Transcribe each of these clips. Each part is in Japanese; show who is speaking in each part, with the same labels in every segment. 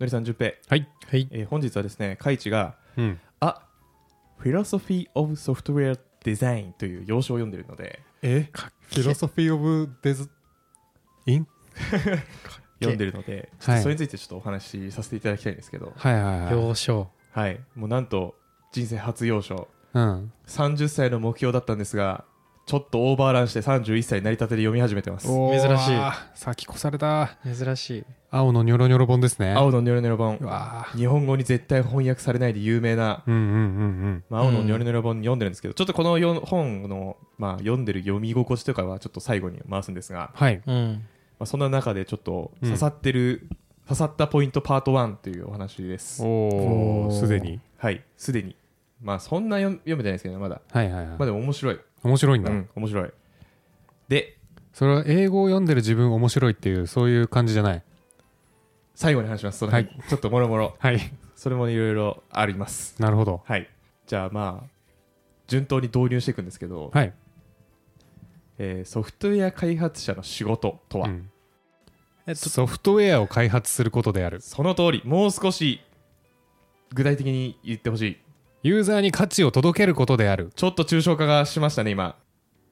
Speaker 1: のりさん、じゅんぺい、
Speaker 2: はい。はい。
Speaker 1: えー本日はですね、カイチが、
Speaker 2: うん。
Speaker 1: あフィロソフィー・オブ・ソフトウェア・デザインという要書を読んでるので、
Speaker 2: えフィロソフィー・オブ・デズ・イン
Speaker 1: 読んでるので、ちょっとそれについてちょっとお話しさせていただきたいんですけど、
Speaker 2: はいはいはい。
Speaker 3: 了承
Speaker 1: はい、もうなんと、人生初要書、
Speaker 2: うん。
Speaker 1: 30歳の目標だったんですが、ちょっとオーバーランして31歳成り立てで読み始めてます。
Speaker 2: おー
Speaker 3: 珍しい。
Speaker 2: 先越された。
Speaker 3: 珍しい
Speaker 2: 青のニョロニョロ本ですね。
Speaker 1: 青のニョロニョロ
Speaker 2: う
Speaker 1: 本、
Speaker 2: わー
Speaker 1: 日本語に絶対翻訳されないで有名な、
Speaker 2: うんうんうんうん。
Speaker 1: まあ、青のニョロニョロ本読んでるんですけど、ちょっとこのよ本の、まあ、読んでる読み心地とかはちょっと最後に回すんですが、
Speaker 2: はい。
Speaker 3: うん
Speaker 1: まあ、そんな中でちょっと
Speaker 2: うん
Speaker 1: 刺さってる、刺さったポイントパート1というお話です。
Speaker 2: お
Speaker 3: おー
Speaker 2: すでに。
Speaker 1: はい、すでに。まあそんな読読めてないですけどね、まだ。
Speaker 2: はいはいは
Speaker 1: ま
Speaker 2: い
Speaker 1: あ。でも面白い。
Speaker 2: 面白いん
Speaker 1: う
Speaker 2: だ。
Speaker 1: ん、面白い。で、
Speaker 2: それは英語を読んでる自分面白いっていう、そういう感じじゃない。
Speaker 1: 最後に話します。その辺ちょっともろもろ、
Speaker 2: はい。
Speaker 1: それもいろいろあります。
Speaker 2: なるほど。
Speaker 1: はい。じゃあまあ、順当に導入していくんですけど、
Speaker 2: はい。
Speaker 1: えーソフトウェア開発者の仕事とは、
Speaker 2: うん
Speaker 3: えっと
Speaker 2: ソフトウェアを開発することである。
Speaker 1: その通り、もう少し具体的に言ってほしい。
Speaker 2: ユーザーに価値を届けることである。
Speaker 1: ちょっと抽象化がしましたね、今。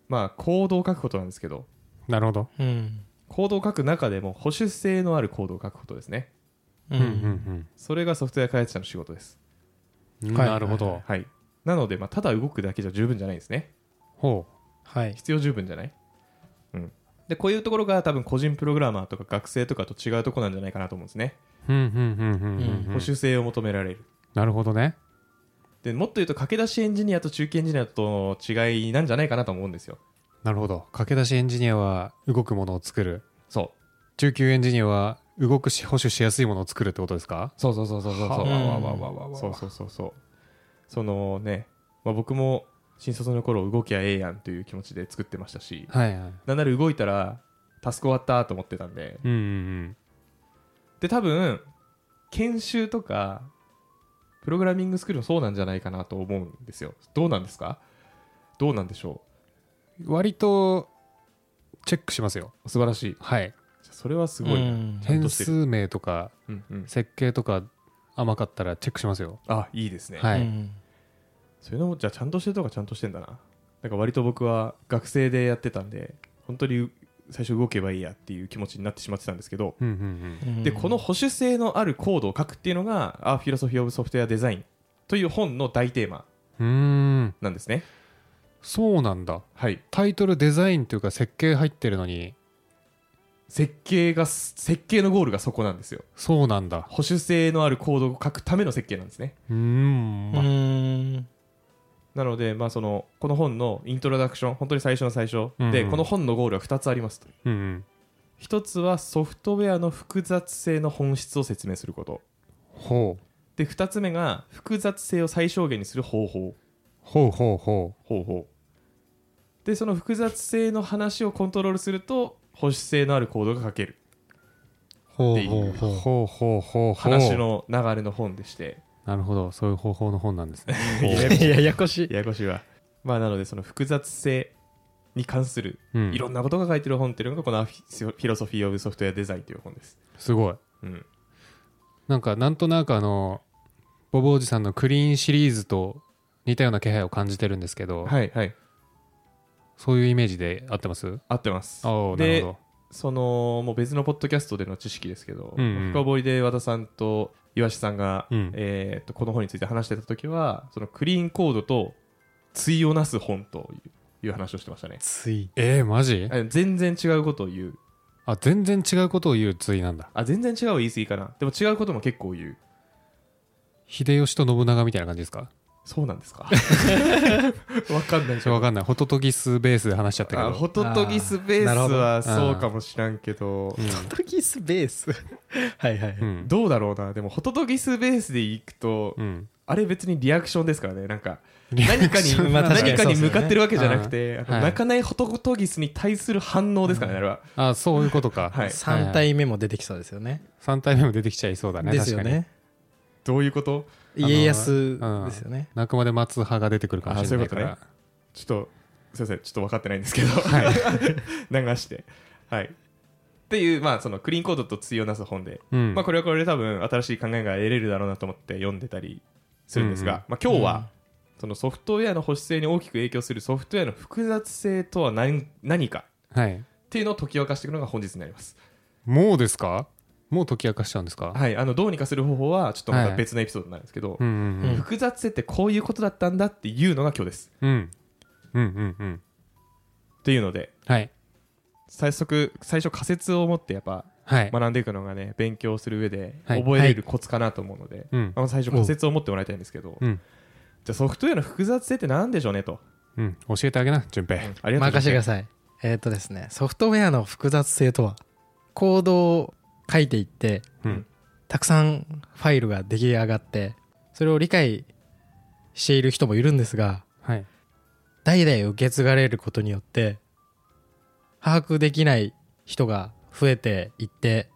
Speaker 1: まあ、コードを書くことなんですけど、
Speaker 2: なるほど。
Speaker 3: うん
Speaker 1: コードを書く中でも保守性のあるコードを書くことですね。
Speaker 3: う
Speaker 2: うんん
Speaker 1: それがソフトウェア開発者の仕事です。
Speaker 2: うんうん。
Speaker 3: はい
Speaker 2: なるほど。
Speaker 1: はい。なので、まあ、ただ動くだけじゃ十分じゃないんですね。
Speaker 2: ほ
Speaker 3: はい
Speaker 1: 必要十分じゃないうん。で、こういうところが多分個人プログラマーとか学生とかと違うところなんじゃないかなと思うんですね。
Speaker 2: う。うんうんうんうんうんう
Speaker 1: 保
Speaker 2: ん。
Speaker 1: 守性を求められる。
Speaker 2: なるほどね。
Speaker 1: でもっと言うと駆け出しエンジニアと中堅エンジニアとの違いなんじゃないかなと思うんですよ。
Speaker 2: なるほど。駆け出しエンジニアは動くものを作る。
Speaker 1: そ
Speaker 2: 中級エンジニアは動くし保守しやすいものを作るってことですか
Speaker 1: うそうそうそうそうそうそう
Speaker 3: はあ
Speaker 1: うんそうそうそうそうそのね、まあ、僕も新卒の頃動きゃええやんという気持ちで作ってましたし
Speaker 2: はいはい。
Speaker 1: なんなら動いたらタスク終わったと思ってたんで
Speaker 2: うんうん
Speaker 1: で多分研修とかプログラミングスクールもそうなんじゃないかなと思うんですよどうなんですかどうなんでしょ
Speaker 2: うん。割とチェックしますよ。
Speaker 1: う素晴らしい
Speaker 2: はい。
Speaker 1: それはすごい、
Speaker 3: うん
Speaker 1: ちゃんと
Speaker 2: 変
Speaker 1: してる
Speaker 2: 数名とか
Speaker 1: うんうん
Speaker 2: 設計とか甘かったらチェックしますよ。
Speaker 1: あいいですね、
Speaker 2: は
Speaker 3: う
Speaker 2: い。
Speaker 3: ん
Speaker 1: そういうのもじゃあちゃんとしてるとかちゃんとしてんだななんか割と僕は学生でやってたんで本当に最初動けばいいやっていう気持ちになってしまってたんですけど、
Speaker 2: うんうんうん。
Speaker 3: うん
Speaker 1: でこの保守性のあるコードを書くっていうのが「あフィロソフィー・オブ・ソフトウェア・デザイン」という本の大テーマ
Speaker 2: うーん。
Speaker 1: なんですね
Speaker 2: そうなんだ。
Speaker 1: はい
Speaker 2: タイトルデザインというか設計入ってるのに、
Speaker 1: 設計が設計のゴールがそこなんですよ
Speaker 2: そうなんだ。
Speaker 1: 保守性のあるコードを書くための設計なんですね
Speaker 2: うーん。
Speaker 3: う
Speaker 2: ま
Speaker 3: ーん
Speaker 1: なので、まあ、そのこの本のイントロダクション本当に最初の最初、
Speaker 2: うんうん
Speaker 1: でこの本のゴールは2つありますと
Speaker 2: うんうん。
Speaker 1: 1つはソフトウェアの複雑性の本質を説明すること
Speaker 2: ほう。
Speaker 1: で2つ目が複雑性を最小限にする方法
Speaker 2: ほうほうほ
Speaker 1: 方法でその複雑性の話をコントロールすると保守性のあるコードが書ける
Speaker 2: う。
Speaker 1: っ
Speaker 2: ほう
Speaker 1: ていう
Speaker 2: ほうほうほうほうほう。
Speaker 1: 話の流れの本で して
Speaker 2: なるほど、そういう方法の本なんですね。
Speaker 3: いやややこ しい
Speaker 1: ややこしいわまあなのでその複雑性に関する
Speaker 2: うん
Speaker 1: いろんなことが書いてる本っていうのがこの「フィロソフィー・オブ・ソフトウェア・デザイン」という本です
Speaker 2: すごい。
Speaker 1: うん
Speaker 2: なんか、なんとなくあの、ボボおじさんのクリーンシリーズと似たような気配を感じてるんですけど、
Speaker 1: はいはい
Speaker 2: そういうイメージで合ってます
Speaker 1: 合ってます
Speaker 2: ああ、なる
Speaker 1: で
Speaker 2: ほど。
Speaker 1: そのもう別のポッドキャストでの知識ですけど、
Speaker 2: うんうん
Speaker 1: 深掘りで和田さんと岩下さんが、
Speaker 2: うん
Speaker 1: えーっとこの本について話してた時はそのクリーンコードと対をなす本といういう話をしてましたね
Speaker 3: つい
Speaker 2: えー、マジ
Speaker 1: あ全然違うことを言う
Speaker 2: あ、全然違うことを言うついなんだ。
Speaker 1: あ全然違うは言い過ぎかなでも違うことも結構言う
Speaker 2: 秀吉と信長みたいな感じですか
Speaker 1: そうなんですかわかんないでし
Speaker 2: それ
Speaker 1: ょ
Speaker 2: わかんない。ホトトギスベースで話しちゃったけ
Speaker 1: あ
Speaker 2: ど。
Speaker 1: ホトトギスベ
Speaker 3: あーなる
Speaker 1: ー
Speaker 3: ほ
Speaker 1: ス
Speaker 3: ど
Speaker 1: はそうかもしらんけど、
Speaker 3: トトギスベース はい はい
Speaker 2: うん。
Speaker 1: どうだろうなでもホトトギスベースでいくと、
Speaker 2: うんうん
Speaker 1: あれ別にリアクションですからねなんか
Speaker 2: リア
Speaker 1: 何か
Speaker 2: ク
Speaker 1: に
Speaker 2: ショ ン
Speaker 3: まあ確か
Speaker 1: 何
Speaker 3: に
Speaker 1: かに
Speaker 3: そうですよね
Speaker 1: 向かってるわけじゃなくて、
Speaker 2: うん
Speaker 1: あの
Speaker 2: はい
Speaker 1: 泣かないホトトギスに対する反応ですからね、あれは。
Speaker 2: あ、そういうことか。
Speaker 1: はい
Speaker 3: 3体目も出てきそうですよね
Speaker 2: 3体目も出てきちゃいそうだね。
Speaker 3: ですよ
Speaker 2: 確かに。
Speaker 3: ね
Speaker 1: どういうこと
Speaker 2: あの
Speaker 3: 家康ですよね
Speaker 2: 泣くまで待つ派が出てくるかもしれない
Speaker 1: あそ
Speaker 2: か
Speaker 1: ういう
Speaker 2: ら
Speaker 1: こ。 ちょっと、すいません、ちょっと分かってないんですけど、流して。はい。っていう、まあ、そのクリーンコードと対応なす本で、
Speaker 2: うん
Speaker 1: まあ、これはこれで多分新しい考えが得れるだろうなと思って読んでたりするんですが、
Speaker 2: うんうん
Speaker 1: まあ、今日はそのソフトウェアの保守性に大きく影響するソフトウェアの複雑性とは何何か
Speaker 2: はい
Speaker 1: っていうのを解き明かしていくのが本日になります。
Speaker 2: もうですかもう解き明かしちゃうんですか
Speaker 1: はい、あのどうにかする方法はちょっとま
Speaker 2: は
Speaker 1: た
Speaker 2: い
Speaker 1: 別のエピソードになるんですけど、
Speaker 2: うんうんうん
Speaker 1: 複雑性ってこういうことだったんだっていうのが今日です。
Speaker 2: うんうんうんうん
Speaker 1: っていうので
Speaker 2: はい
Speaker 1: 最速最初仮説を持ってやっぱ
Speaker 2: はい
Speaker 1: 学んでいくのがね勉強する上で
Speaker 2: はい
Speaker 1: 覚えれるコツかなと思うので、
Speaker 2: うん
Speaker 1: まあ最初仮説を持ってもらいたいんですけど、
Speaker 2: うん
Speaker 1: じゃあソフトウェアの複雑性って何でしょうねと、
Speaker 2: うん教えてあげな順平
Speaker 1: ありがとうご
Speaker 3: 任せ
Speaker 1: ざい
Speaker 3: てく
Speaker 1: ま
Speaker 3: だ
Speaker 1: す
Speaker 3: さいえっ、とですねソフトウェアの複雑性とはコードを書いていって
Speaker 2: うん
Speaker 3: たくさんファイルが出来上がってそれを理解している人もいるんですが
Speaker 2: はい
Speaker 3: 代々受け継がれることによって把握できない人が増えていって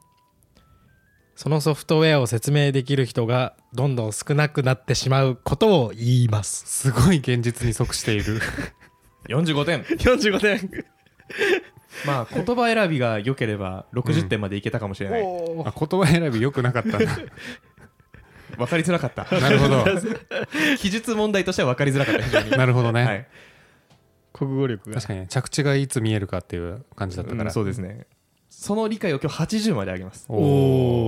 Speaker 3: そのソフトウェアを説明できる人がどんどん少なくなってしまうことを言います
Speaker 2: すごい現実に即している
Speaker 1: 45点
Speaker 3: 45点
Speaker 1: まあ言葉選びが良ければ60点までいけたかもしれない、
Speaker 2: あ言葉選び良くな かったな
Speaker 1: 分かりづらかった
Speaker 2: なるほど
Speaker 1: 記述問題としては分かりづらかった非常に、
Speaker 2: なるほどね、
Speaker 1: はい、
Speaker 3: 国語力が
Speaker 2: 確かにね着地がいつ見えるかっていう感じだったから、
Speaker 1: うんそうですねその理解を今日80まで上げます
Speaker 2: お
Speaker 3: お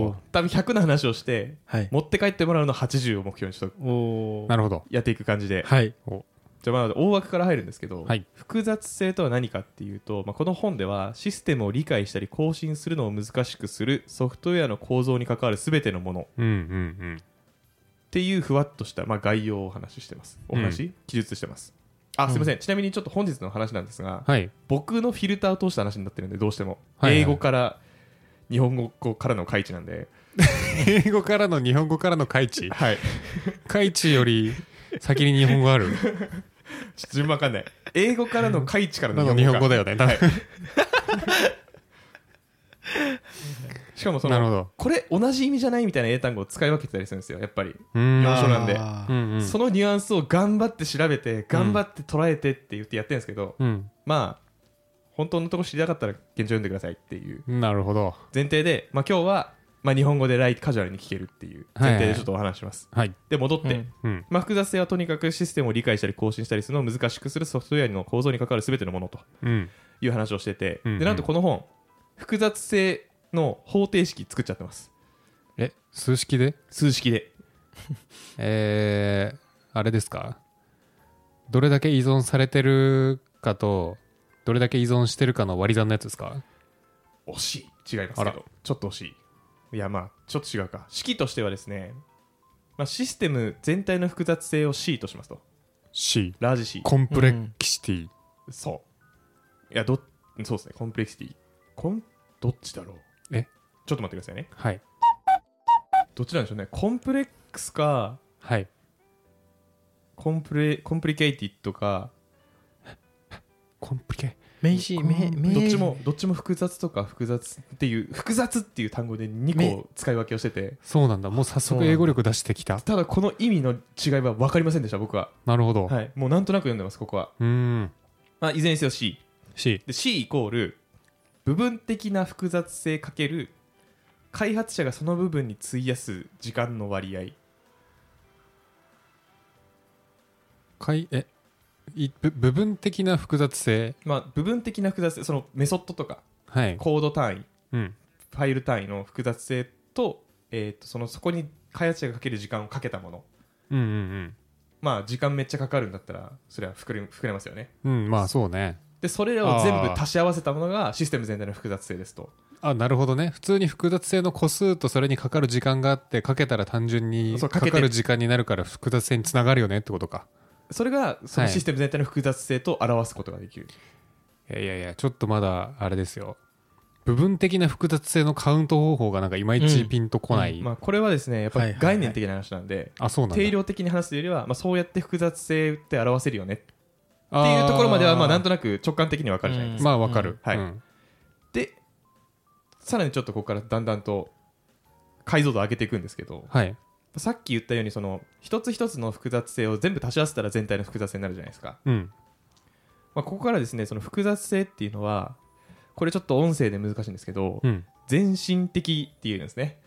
Speaker 2: お
Speaker 3: ー
Speaker 1: 多分100の話をして
Speaker 3: はい
Speaker 1: 持って帰ってもらうの80を目標にちょっと
Speaker 3: お
Speaker 2: なるほど
Speaker 1: やっていく感じで
Speaker 3: はい
Speaker 2: お
Speaker 1: じゃあまあ大枠から入るんですけど、
Speaker 2: はい
Speaker 1: 複雑性とは何かっていうと、まあ、この本ではシステムを理解したり更新するのを難しくするソフトウェアの構造に関わる全てのもの
Speaker 2: うんうん
Speaker 1: っていうふわっとした、まあ、概要をお話ししてますお話、記述してますあすいません、ちなみにちょっと本日の話なんですが
Speaker 2: うんはい
Speaker 1: 僕のフィルターを通した話になってるんでどうしても、
Speaker 2: はいはい
Speaker 1: 英語から日本語からの開示なんで、
Speaker 2: 英語からの日本語からの開 智
Speaker 1: はい、
Speaker 2: 開智より先に日本語あ
Speaker 1: ち
Speaker 2: る
Speaker 1: ょっと順番わかんない英語からの開示から
Speaker 2: な
Speaker 1: の
Speaker 2: の日
Speaker 1: 日本語
Speaker 2: 本
Speaker 1: か
Speaker 2: 語だよね多分
Speaker 1: しかもそ
Speaker 2: なるほ
Speaker 1: の
Speaker 2: ど
Speaker 1: これ同じ意味じゃないみたいな英単語を使い分けてたりするんですよやっぱり
Speaker 2: うーん
Speaker 1: 要所なんで
Speaker 3: あ
Speaker 2: う
Speaker 3: ー
Speaker 2: んうん
Speaker 1: そのニュアンスを頑張って調べて頑張って捉えてって言ってやってるんですけど、
Speaker 2: うん
Speaker 1: まあ本当のとこ知りたかったら現状読んでくださいっていう
Speaker 2: なるほど
Speaker 1: 前提で、まあ、今日は、まあ、日本語でライトカジュアルに聞けるっていう前提でちょっとお話します、
Speaker 2: はい
Speaker 1: で戻って、
Speaker 3: うん
Speaker 2: うん
Speaker 1: まあ、複雑性はとにかくシステムを理解したり更新したりするのを難しくするソフトウェアの構造に関わる全てのものと
Speaker 2: うん
Speaker 1: いう話をしてて、
Speaker 2: うんうん
Speaker 1: でなんとこの本複雑性の方程式作っちゃってます
Speaker 2: え数式で
Speaker 1: 数式で
Speaker 2: えー、あれですかどれだけ依存されてるかとどれだけ依存してるかの割り算のやつですか
Speaker 1: 惜しい違いますけ
Speaker 2: あら
Speaker 1: どちょっと惜しいいやまあちょっと違うか式としてはですね、まあ、システム全体の複雑性を C としますと
Speaker 2: C
Speaker 1: ラージ C
Speaker 2: コンプレキシティ
Speaker 1: そういやどそうですねコンプレクシティコンどっちだろう
Speaker 2: え
Speaker 1: ちょっと待ってくださいね
Speaker 2: はい
Speaker 1: どっちなんでしょうねコンプレックスか
Speaker 2: はい
Speaker 1: コンプレコンプリケイティッドか
Speaker 2: コンプリケ
Speaker 3: 名詞名名
Speaker 1: どっちもどっちも複雑とか複雑っていう複雑っていう単語で2個使い分けをしてて
Speaker 2: そうなんだもう早
Speaker 3: そうな
Speaker 2: 速
Speaker 3: んだ
Speaker 2: 英語力出してきた
Speaker 1: ただこの意味の違いは分かりませんでした僕は、
Speaker 2: なるほど、
Speaker 1: はい、もうなんとなく読んでますここは、
Speaker 2: うーん
Speaker 1: まあ、いずれにせよ C
Speaker 2: C
Speaker 1: で C イコール部分的な複雑性かける開発者がその部分に費やす時間の割合
Speaker 2: かいえいぶ部分的な複雑性
Speaker 1: まあ部分的な複雑性そのメソッドとか
Speaker 2: はい
Speaker 1: コード単位
Speaker 2: うん
Speaker 1: ファイル単位の複雑性と,、えー、とそのそこに開発者がかける時間をかけたもの
Speaker 2: うんうん
Speaker 1: まあ時間めっちゃかかるんだったらそれは膨れ膨れますよね
Speaker 2: うんうんまあそうね
Speaker 1: でそれらを全部足し合わせたものがシステム全体の複雑性ですと
Speaker 2: あなるほどね普通に複雑性の個数とそれにかかる時間があってかけたら単純に
Speaker 1: そう
Speaker 2: か
Speaker 1: かけて
Speaker 2: かる時間になるから複雑性につながるよねってことか
Speaker 1: それがその
Speaker 2: はい
Speaker 1: システム全体の複雑性と表すことができる、
Speaker 2: いやいやいやちょっとまだあれですよ部分的な複雑性のカウント方法がなんかいまいちピンとこない、
Speaker 1: まあ、これはですねやっぱ
Speaker 3: はい
Speaker 1: り
Speaker 3: はいはい
Speaker 1: 概念的な話なんで、
Speaker 2: あそうなんだ
Speaker 1: 定量的に話すよりは、まあ、そうやって複雑性って表せるよねって
Speaker 2: あー
Speaker 1: いうところまではまあなんとなく直感的にわかるじゃないですか、
Speaker 2: まあわか
Speaker 1: う
Speaker 2: る、
Speaker 1: んはい
Speaker 2: うん
Speaker 1: でさらにちょっとここからだんだんと解像度を上げていくんですけど
Speaker 2: はい
Speaker 1: さっき言ったようにその一つ一つの複雑性を全部足し合わせたら全体の複雑性になるじゃないですか、
Speaker 2: うん
Speaker 1: まあ、ここからですねその複雑性っていうのはこれちょっと音声で難しいんですけど、
Speaker 2: うん。
Speaker 1: 全身的っていうんですね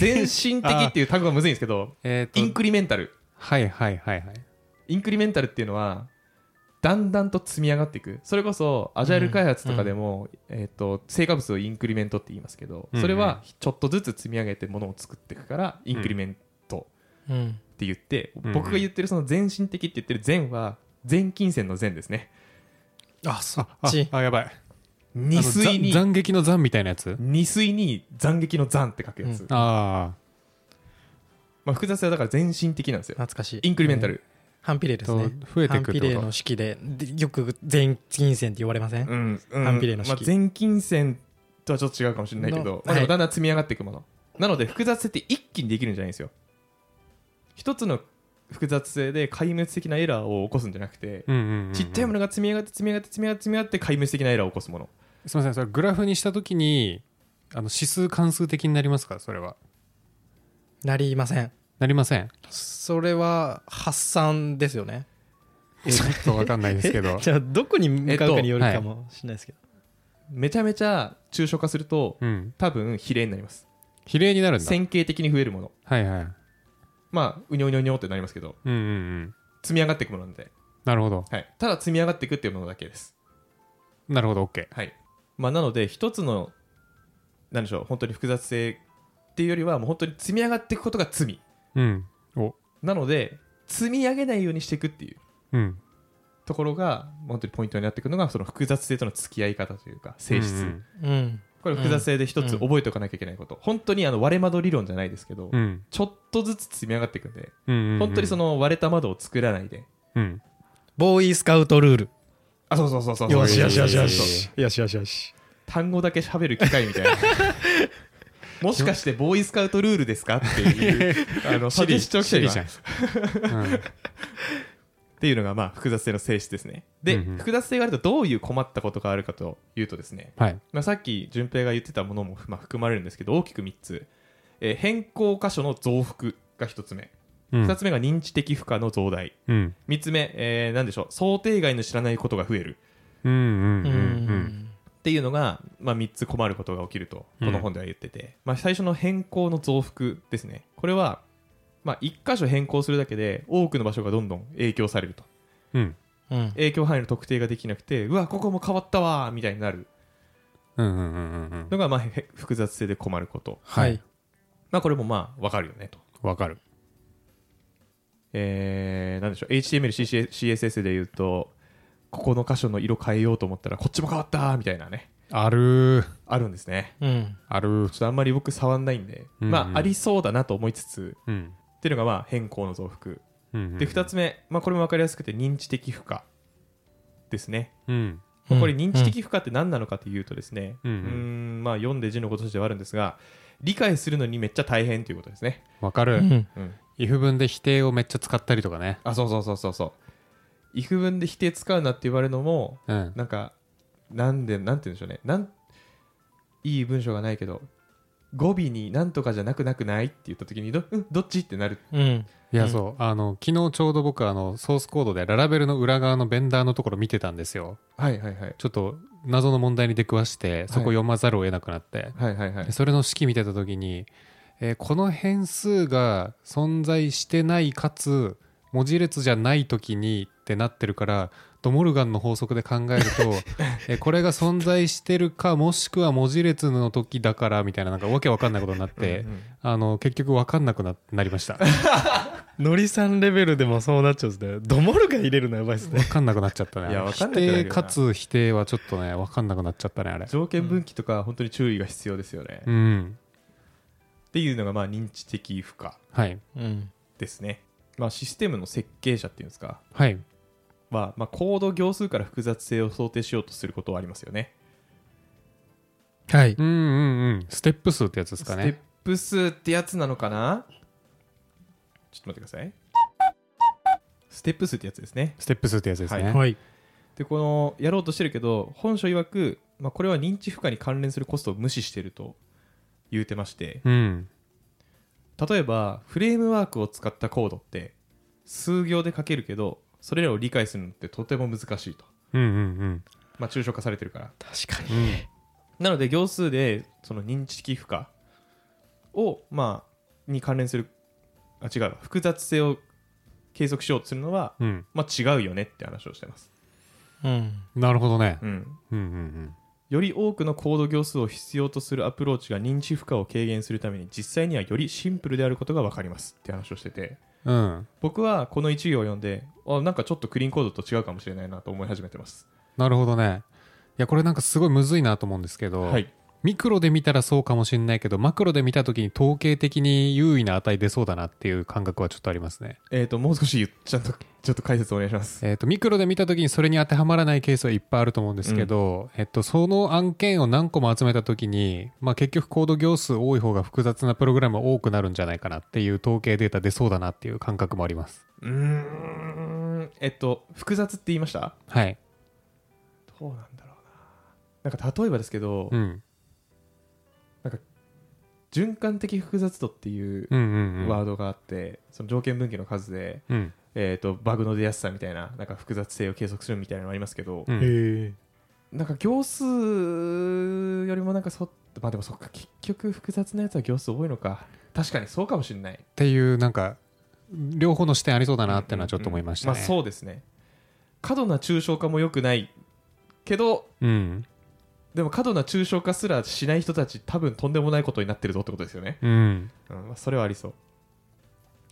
Speaker 1: 全身的っていう単語がむずいんですけど
Speaker 2: え
Speaker 1: イ
Speaker 2: ー
Speaker 1: ン
Speaker 2: と、
Speaker 1: クリメンタル
Speaker 2: はいはいはいはい。
Speaker 1: インクリメンタルっていうのはだんだんと積み上がっていくそれこそアジャイル開発とかでも、えー、と成果物をインクリメントって言いますけど、
Speaker 2: うんうん
Speaker 1: それはちょっとずつ積み上げてものを作っていくからインクリメント
Speaker 3: うん
Speaker 1: って言って、
Speaker 2: うん
Speaker 1: 僕が言ってるその全身的って言ってる全は全金銭の全ですね
Speaker 3: あそっ
Speaker 2: ああ
Speaker 3: ち
Speaker 2: あ、やばい。
Speaker 1: 二水に
Speaker 2: あのざ斬撃の斬みたいなやつ
Speaker 1: 二水に斬撃の斬って書くやつ、
Speaker 3: うん
Speaker 2: あ
Speaker 1: まあ、複雑さはだから全身的なんですよ
Speaker 3: 懐かしい
Speaker 1: インクリメンタル、
Speaker 3: 反比例ですね
Speaker 2: と増えてく
Speaker 3: 反比
Speaker 2: ってこと
Speaker 3: 例の式ででよく全金線って言われません、
Speaker 1: うんうん
Speaker 3: 反比例の式
Speaker 1: まあ、全金銭とはちょっと違うかもしれないけ
Speaker 3: の
Speaker 1: ど、まあ、で
Speaker 3: は
Speaker 1: も
Speaker 3: い
Speaker 1: だんだん積み上がっていくもの、なので複雑性って一気にできるんじゃないんですよ一つの複雑性で壊滅的なエラーを起こすんじゃなくて
Speaker 2: あ。、うんうんうん、うん。
Speaker 1: ちっちゃいものが積み上がって積み上がって積み上がって積み上がって壊滅的なエラーを起こすもの
Speaker 2: すみません、それグラフにしたときに、あの指数関数的になりますかそれは。
Speaker 3: なりません
Speaker 2: なりません。
Speaker 3: それは発散ですよね
Speaker 2: えちょっとわかんないです けど。
Speaker 3: じゃあどこに向かうかによるかもしれないですけど、
Speaker 1: めちゃめちゃ抽象化すると
Speaker 2: うん。
Speaker 1: 多分比例になります
Speaker 2: 比例になるんだ。
Speaker 1: 線形的に増えるもの
Speaker 2: はいはい。
Speaker 1: まあうにょうにょうにょってなりますけど
Speaker 2: うんうんうん。
Speaker 1: 積み上がっていくものなんで、
Speaker 2: なるほど。
Speaker 1: はい、ただ積み上がっていくっていうものだけです
Speaker 2: なるほど、OK。
Speaker 1: はいまあ、なので一つのなんでしょう本当に複雑性っていうよりはもう本当に積み上がっていくことが罪
Speaker 2: うん。お。
Speaker 1: なので積み上げないようにしていくっていう
Speaker 2: うん。
Speaker 1: ところが本当にポイントになってくるのがその複雑性との付き合い方というか性質、
Speaker 2: うん
Speaker 3: うん
Speaker 1: これ複雑性で一つ
Speaker 3: うん
Speaker 1: 覚えておかなきゃいけないこと、本当にあの割れ窓理論じゃないですけど、
Speaker 2: うん。うん。
Speaker 1: ちょっとずつ積み上がっていくんで
Speaker 2: うんうんうん
Speaker 1: 本当にその割れた窓を作らないで
Speaker 2: うん。
Speaker 3: ボーイスカウトルール
Speaker 1: あそうそうそうそう
Speaker 3: よしよしよしよ
Speaker 1: そうそう
Speaker 3: しよしよしよし
Speaker 1: 単語だけ喋る機会 みたいなもしかしてボーイスカウトルールですかって いうあのサジェスチョン来て
Speaker 2: シ
Speaker 1: る
Speaker 2: リ
Speaker 1: わ
Speaker 2: じゃ
Speaker 1: っ
Speaker 2: ん。うん
Speaker 1: ていうのがまあ複雑性の性質ですねで、
Speaker 2: うんうん
Speaker 1: 複雑性があるとどういう困ったことがあるかというとですね、
Speaker 2: はい。
Speaker 1: まあ、さっき順平が言ってたものも、まあ、含まれるんですけど大きく3つ、えー変更箇所の増幅が1つ目
Speaker 2: うん
Speaker 1: 2つ目が認知的負荷の増大
Speaker 2: うん。
Speaker 1: 3つ目、えー、何でしょう想定外の知らないことが増える
Speaker 2: うんうん
Speaker 3: う
Speaker 2: うん
Speaker 3: ん
Speaker 1: っていうのが、まあ、3つ困ることが起きると
Speaker 2: うん
Speaker 1: この本では言ってて、まあ、最初の変更の増幅ですねこれは、まあ、1箇所変更するだけで多くの場所がどんどん影響されると
Speaker 2: うん。うん。
Speaker 3: うん
Speaker 1: 影響範囲の特定ができなくてうわここも変わったわーみたいになる
Speaker 2: うんうんうんうんうん。
Speaker 1: のが、まあ、へ複雑性で困ること、
Speaker 3: はい。
Speaker 1: まあ、これもまあ分かるよねと。
Speaker 2: わかる。
Speaker 1: えー、なんでしょう HTML、CC CSS で言うとここの箇所の色変えようと思ったらこっちも変わったーみたいなね
Speaker 2: あるー。
Speaker 1: あるんですね
Speaker 3: うん
Speaker 2: あるー
Speaker 1: ちょっとあんまり僕触んないんで、
Speaker 2: うんうん
Speaker 1: まあありそうだなと思いつつ
Speaker 2: うん。
Speaker 1: っていうのがまあ変更の増幅
Speaker 2: うん。
Speaker 1: で2つ目、まあ、これも分かりやすくて認知的負荷ですね、
Speaker 2: うん。
Speaker 1: まあこれ認知的負荷って何なのかというとですね、
Speaker 2: うん
Speaker 1: うーんまあ、読んで字のこととしてはあるんですが理解するのにめっちゃ大変ということですね、
Speaker 2: わか
Speaker 3: う
Speaker 2: る。
Speaker 3: ん
Speaker 1: うん、
Speaker 2: if 文で否定をめっちゃ使ったりとかね。
Speaker 1: あそうそうそうそうそう「if 文で否定使うな」って言われるのも
Speaker 2: うん。
Speaker 1: なんかなんでなんて言うんでしょうねなんいい文章がないけど語尾になんとかじゃなくなくないって言った時にど,、うん、どっちってなる
Speaker 3: うん
Speaker 2: いや、そう。あの、昨日ちょうど僕、あの、ソースコードでララベルの裏側のベンダーのところ見てたんですよ。
Speaker 1: はいはいはい
Speaker 2: ちょっと謎の問題に出くわして、そこ読まざるを得なくなって。
Speaker 1: はいはいはい
Speaker 2: でそれの式見てた時に、えーこの変数が存在してないかつ文字列じゃない時にってなってるからドモルガンの法則で考 えると、えーこれが存在してるかもしくは文字列の時だからみたいななんかわけわかんないことになって
Speaker 1: うんうん
Speaker 2: あの結局わかんなくななりましたわ
Speaker 3: のりさんレベルでもそうなっちゃうんですねドモルが入れるのやばいですね
Speaker 2: かんなくなっちゃったね
Speaker 1: いやわかん
Speaker 2: 否
Speaker 1: なくなるよな
Speaker 2: 定かつ否定はちょっとねわかんなくなっちゃったねあれ
Speaker 1: 条件分岐とか本当に注意が必要ですよね、
Speaker 2: う
Speaker 1: っ
Speaker 2: ん
Speaker 1: ていうのがまあ認知的負荷
Speaker 2: はい
Speaker 3: うん
Speaker 1: ですね、まあ、システムの設計者っていうんですか
Speaker 2: はい
Speaker 1: は、まあ、コード行数から複雑性を想定しようとすることはありますよね
Speaker 3: はい
Speaker 2: うんうんうんステップ数ってやつですか
Speaker 1: ステッ
Speaker 2: ね
Speaker 1: プ数ってやつなのかなちょっと待ってくださいステップ数ってやつですね
Speaker 2: ステップ数ってやつですね、
Speaker 1: は
Speaker 3: はい
Speaker 1: でこのやろうとしてるけど本書曰く、まあ、これは認知負荷に関連するコストを無視してると言うてまして
Speaker 2: うん
Speaker 1: 例えばフレームワークを使ったコードって数行で書けるけどそれらを理解するのってとても難しいと
Speaker 2: うんうん
Speaker 1: まあ、抽象化されてるから
Speaker 3: 確かに
Speaker 2: うん
Speaker 1: なので行数でその認知機負荷をまあに関連するあ違うわ複雑性を計測しようとするのは
Speaker 2: うん
Speaker 1: まあ違うよねって話をしてます、
Speaker 3: うん
Speaker 2: なるほどね
Speaker 1: うん、
Speaker 2: うんうん
Speaker 1: より多くのコード行数を必要とするアプローチが認知負荷を軽減するために実際にはよりシンプルであることが分かりますって話をしてて
Speaker 2: うんうん
Speaker 1: 僕はこの1行を読んであなんかちょっとクリーンコードと違うかもしれないなと思い始めてます
Speaker 2: なるほどねいやこれなんかすごいむずいなと思うんですけど、
Speaker 1: はい
Speaker 2: ミクロで見たらそうかもしれないけどマクロで見た時に統計的に優位な値出そうだなっていう感覚はちょっとありますね
Speaker 1: えっ、ともう少し言っちゃんとちょっと解説お願いします
Speaker 2: えっとミクロで見た時にそれに当てはまらないケースはいっぱいあると思うんですけど、えっと、その案件を何個も集めた時に、まあ、結局コード行数多い方が複雑なプログラムは多くなるんじゃないかなっていう統計データ出そうだなっていう感覚もあります
Speaker 1: うーんえっと複雑って言いました
Speaker 2: はい、
Speaker 1: どうなんだろうななんか例えばですけど、
Speaker 2: うん、
Speaker 1: 循環的複雑度っていう
Speaker 2: うんうんうん
Speaker 1: ワードがあってその条件分岐の数で
Speaker 2: うん
Speaker 1: えー、とバグの出やすさみたいななんか複雑性を計測するみたいなのありますけど、
Speaker 2: うん
Speaker 3: へえ
Speaker 1: なんか行数よりもなんかそまあでもそっか結局複雑なやつは行数多いのか確かにそうかもしれない
Speaker 2: っていうなんか両方の視点ありそうだなってのはちょっと思いましたね。
Speaker 1: まあ、そうですね過度な抽象化も良くないけど
Speaker 2: うん
Speaker 1: でも過度な抽象化すらしない人たち多分とんでもないことになってるぞってことですよね、
Speaker 2: うん
Speaker 1: うんまあ、それはありそう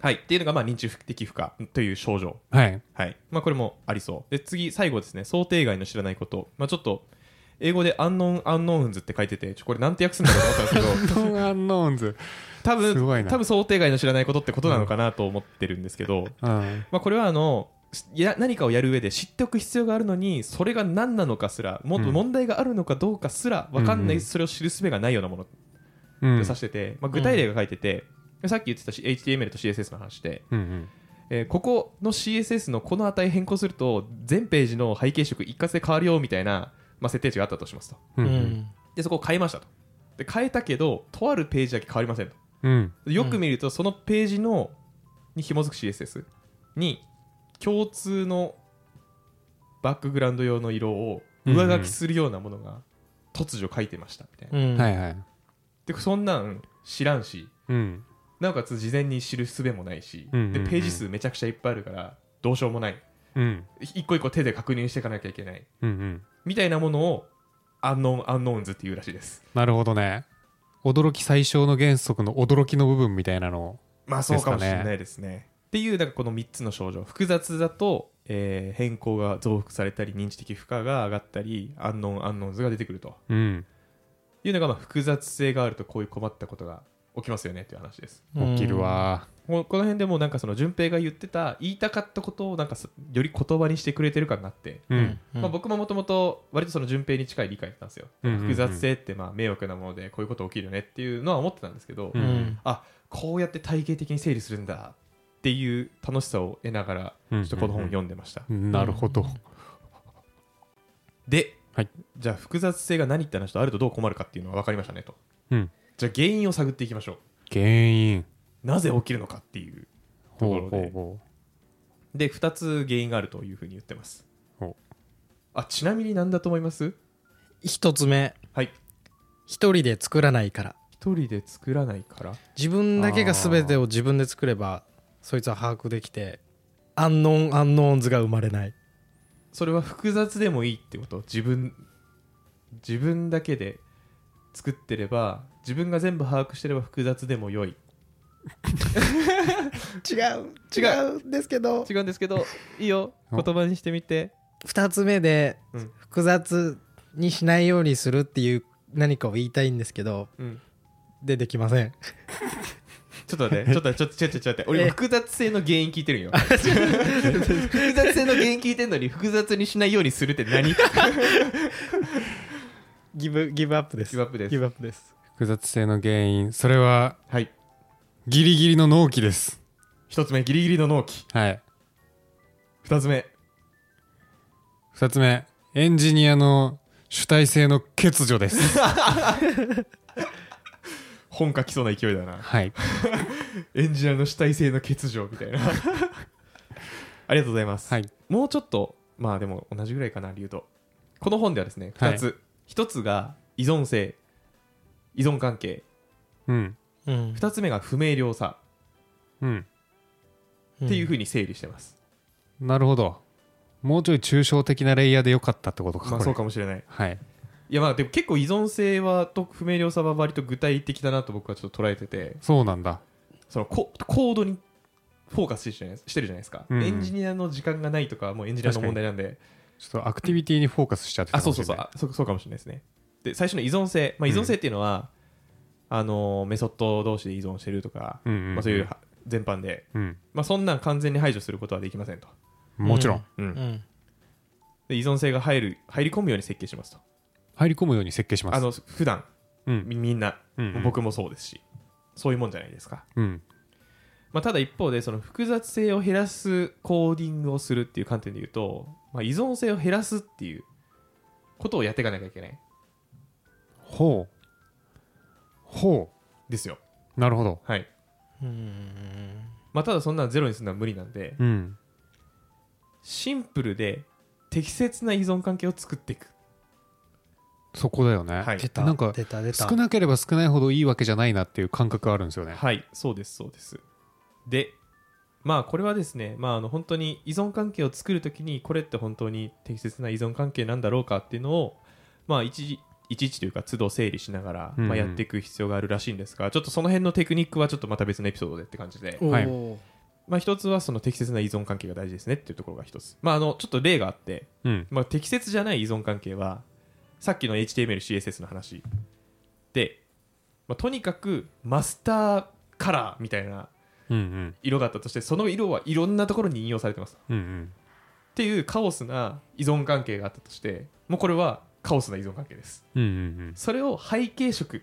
Speaker 1: はいっていうのがまあ認知的負荷という症状
Speaker 2: はい
Speaker 1: はい。まあ、これもありそう。で、次、最後ですね。想定外の知らないこと。まあ、ちょっと、英語でアンノン、アンノーンズって書いてて、ちょ、これなんて訳すんだろうと思ったんですけど、
Speaker 2: ノンアンノーンズ、
Speaker 1: 多
Speaker 2: すごい
Speaker 1: 分、
Speaker 2: な
Speaker 1: 多分想定外の知らないことってことなのかなと思ってるんですけど、
Speaker 2: うん、
Speaker 1: まあ、これはあの、いや何かをやる上で知っておく必要があるのにそれが何なのかすらもっと
Speaker 2: うん
Speaker 1: 問題があるのかどうかすら分かんな
Speaker 2: うんう
Speaker 1: い
Speaker 2: ん
Speaker 1: それを知る術がないようなものを
Speaker 2: うん
Speaker 1: 指してて、まあ、具体例が書いてて、さっき言ってたし HTML と CSS の話で、
Speaker 2: うんうん
Speaker 1: えーここの CSS のこの値変更すると全ページの背景色一括で変わるよみたいな、まあ、設定値があったとしますと
Speaker 2: う
Speaker 3: うんん
Speaker 1: でそこを変えましたとで変えたけどとあるページだけ変わりませんと
Speaker 2: うん
Speaker 1: でよく見るとそのページのに紐づく CSS に共通のバックグラウンド用の色を上書きするようなものが突如書いてましたみたいな、
Speaker 3: うん
Speaker 2: はいはい
Speaker 1: でそんなん知らんし
Speaker 2: うん
Speaker 1: なおかつ事前に知る術もないし、
Speaker 2: うんうんうん
Speaker 1: でページ数めちゃくちゃいっぱいあるからどうしようもない
Speaker 2: うん
Speaker 1: 一個一個手で確認していかなきゃいけない
Speaker 2: うんうん
Speaker 1: みたいなものをアンノーンアンノーンズっていうらしいです
Speaker 2: なるほどね驚き最小の原則の驚きの部分みたいなの
Speaker 1: まあ
Speaker 2: そ
Speaker 1: そうう
Speaker 2: か
Speaker 1: か
Speaker 2: も
Speaker 1: も
Speaker 2: し
Speaker 1: し
Speaker 2: れ
Speaker 1: れ
Speaker 2: な
Speaker 1: ないですねっていうなんかこの3つの症状複雑だと、えー変更が増幅されたり認知的負荷が上がったりアンノーンアンノーンズが出てくると
Speaker 2: うん
Speaker 1: いうのがまあ複雑性があるとこういう困ったことが起きますよねっていう話です
Speaker 2: 起きるわ
Speaker 1: もうこの辺でもうなんかその順平が言ってた言いたかったことをなんかさより言葉にしてくれてる感があって
Speaker 3: う
Speaker 2: う
Speaker 3: んん
Speaker 1: まあ、僕ももともと割とその順平に近い理解だったんですよ、
Speaker 2: うんうんうん
Speaker 1: 複雑性ってまあ迷惑なものでこういうこと起きるよねっていうのは思ってたんですけど、
Speaker 2: うん
Speaker 1: あこうやって体系的に整理するんだっていう楽しさを得ながらち
Speaker 2: うんう
Speaker 1: ょ
Speaker 2: ん
Speaker 1: っとこの本を読んでました、
Speaker 2: なるほど
Speaker 1: で、
Speaker 2: はい
Speaker 1: じゃあ複雑性が何って話とあるとどう困るかっていうのが分かりましたねと
Speaker 2: うん
Speaker 1: じゃあ原因を探っていきましょう
Speaker 2: 原因
Speaker 1: なぜ起きるのかっていうとこ
Speaker 2: ほう
Speaker 1: ろ
Speaker 2: ほう
Speaker 1: でで
Speaker 2: ほ
Speaker 1: 2つ原因があるというふうに言ってます
Speaker 2: ほ
Speaker 1: あちなみに何だと思います
Speaker 3: 一つ目
Speaker 1: はい
Speaker 3: 一人で作らないから
Speaker 1: 一人で作らないから
Speaker 3: 自分だけが全てを自分で作ればそいつは把握できてアンノンアンノーンズが生まれない
Speaker 1: それは複雑でもいいってこと自分自分だけで作ってれば自分が全部把握してれば複雑でも良い
Speaker 3: 違う
Speaker 1: 違
Speaker 3: うんですけど
Speaker 1: 違うんですけどいいよ
Speaker 2: お
Speaker 1: 言葉にしてみて
Speaker 3: 2つ目で
Speaker 1: うん
Speaker 3: 複雑にしないようにするっていう何かを言いたいんですけど
Speaker 1: うん
Speaker 3: でできません
Speaker 1: ちょっと待ってちょっと待ってちょっと待ってちょっと待って俺
Speaker 3: え
Speaker 1: 今複雑性の原因聞いてる んよ複雑性の原因聞いてんのに複雑にしないようにするって何ギ
Speaker 3: ギブギブアップです
Speaker 1: ブアップで
Speaker 3: ギ
Speaker 1: す
Speaker 3: ブアップです
Speaker 2: う複雑性の原因それは
Speaker 1: はい
Speaker 2: ギリギリの納期です
Speaker 1: 一つ目ギリギリの納期
Speaker 2: はい
Speaker 1: 二つ目
Speaker 2: 2つ目エンジニアの主体性の欠如です
Speaker 1: 本書きそうな勢いだな
Speaker 2: はい
Speaker 1: エンジニアの主体性の欠如みたいな ありがとうございます
Speaker 2: はい
Speaker 1: もうちょっとまあでも同じぐらいかな理由とこの本ではですね
Speaker 2: はい
Speaker 1: 2つ、一1つが依存性依存関係
Speaker 2: うん
Speaker 3: うん
Speaker 1: 2つ目が不明瞭さ
Speaker 2: うん
Speaker 1: っていうふ
Speaker 3: う
Speaker 1: うに整理してます、
Speaker 2: なるほどもうちょい抽象的なレイヤーでよかったってことか、
Speaker 1: まあ
Speaker 2: これ
Speaker 1: そうかもしれない
Speaker 2: はい
Speaker 1: いやまあでも結構依存性はと不明瞭さは割と具体的だなと僕はちょっと捉えてて
Speaker 2: そうなんだ
Speaker 1: そのココードにフォーカスしてるじゃないですしてるじゃないですか、
Speaker 2: うん
Speaker 1: エンジニアの時間がないとかはもうエンジニアの問題なんで
Speaker 2: ちょっとアクティビティにフォーカスしちゃってた
Speaker 1: あ
Speaker 2: か
Speaker 1: そ
Speaker 2: も
Speaker 1: う
Speaker 2: し
Speaker 1: そうそう
Speaker 2: れない
Speaker 1: あそうそうかもしれないですねで最初の依存性、まあ、依存性っていうのは、あのーメソッド同士で依存してるとか、
Speaker 2: うんうんうん
Speaker 1: まあ、そういうは全般で、
Speaker 2: うん
Speaker 1: まあ、そんなん完全に排除することはできませんと、
Speaker 2: もちろん、
Speaker 3: うん
Speaker 1: うん
Speaker 3: うん
Speaker 1: で依存性が入る入り込むように設計しますと
Speaker 2: 入り込むように設計します
Speaker 1: あの普段
Speaker 2: うん
Speaker 1: みみんな、
Speaker 2: うんうん
Speaker 1: 僕もそうですしそういうもんじゃないですか、
Speaker 2: うん
Speaker 1: まあ、ただ一方でその複雑性を減らすコーディングをするっていう観点で言うと、まあ、依存性を減らすっていうことをやっていかなきゃいけない
Speaker 2: ほうほ
Speaker 1: ですよ
Speaker 2: うなるほど
Speaker 1: はい、
Speaker 3: うん
Speaker 1: まあ、ただそんなんゼロにするのは無理なんで
Speaker 2: うん
Speaker 1: シンプルで適切な依存関係を作っていく、
Speaker 2: そこだよね、
Speaker 1: はい
Speaker 3: 出た
Speaker 2: なんか
Speaker 3: 出た出た
Speaker 2: 少なければ少ないほどいいわけじゃないなっていう感覚があるんですよね
Speaker 1: はいそうですそうですでまあこれはですね、まあ、あの本当に依存関係を作るときにこれって本当に適切な依存関係なんだろうかっていうのをまあ一時いちいちというか都度整理しながら、
Speaker 2: うんうん
Speaker 1: まあ、やっていく必要があるらしいんですがちょっとその辺のテクニックはちょっとまた別のエピソードでって感じで、
Speaker 3: おー
Speaker 2: はい
Speaker 1: まあ、一つはその適切な依存関係が大事ですねっていうところが一つ、まあ、あのちょっと例があって、
Speaker 2: うん
Speaker 1: まあ、適切じゃない依存関係はさっきの HTML、CSS の話で、まあ、とにかくマスターカラーみたいな
Speaker 2: うんうん
Speaker 1: 色があったとしてその色はいろんなところに引用されてますっ
Speaker 2: うんうん
Speaker 1: ていうカオスな依存関係があったとしてもうこれはカオスな依存関係です
Speaker 2: うんうん
Speaker 1: それを背景色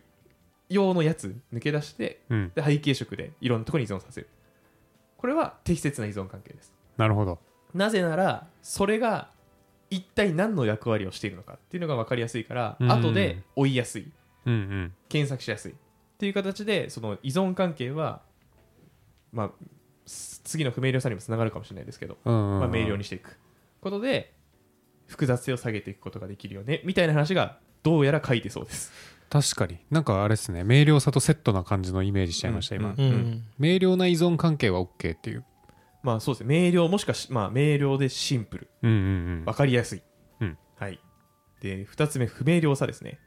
Speaker 1: 用のやつ抜け出して
Speaker 2: うんうん
Speaker 1: で背景色でいろんなところに依存させるこれは適切な依存関係です
Speaker 2: なるほど
Speaker 1: なぜならそれが一体何の役割をしているのかっていうのが分かりやすいから、
Speaker 2: うん
Speaker 1: 後で追いやすい
Speaker 2: うんうん
Speaker 1: 検索しやすいっていう形でその依存関係はまあす次の不明瞭さにもつながるかもしれないですけど、
Speaker 2: うんうんうん
Speaker 1: まあ、明瞭にしていくことで複雑性を下げていくことができるよねみたいな話がどうやら書いてそうです
Speaker 2: 確かになんかあれですね明瞭さとセットな感じのイメージしちゃいました、
Speaker 1: う
Speaker 2: 今
Speaker 1: ん
Speaker 3: うん
Speaker 2: 明瞭な依存関係は OK っていう
Speaker 1: まあそうですね明瞭もしくはし、まあ、明瞭でシンプル
Speaker 2: うんうん
Speaker 1: 分かりやすい、
Speaker 2: うん
Speaker 1: はいで2つ目不明瞭さですね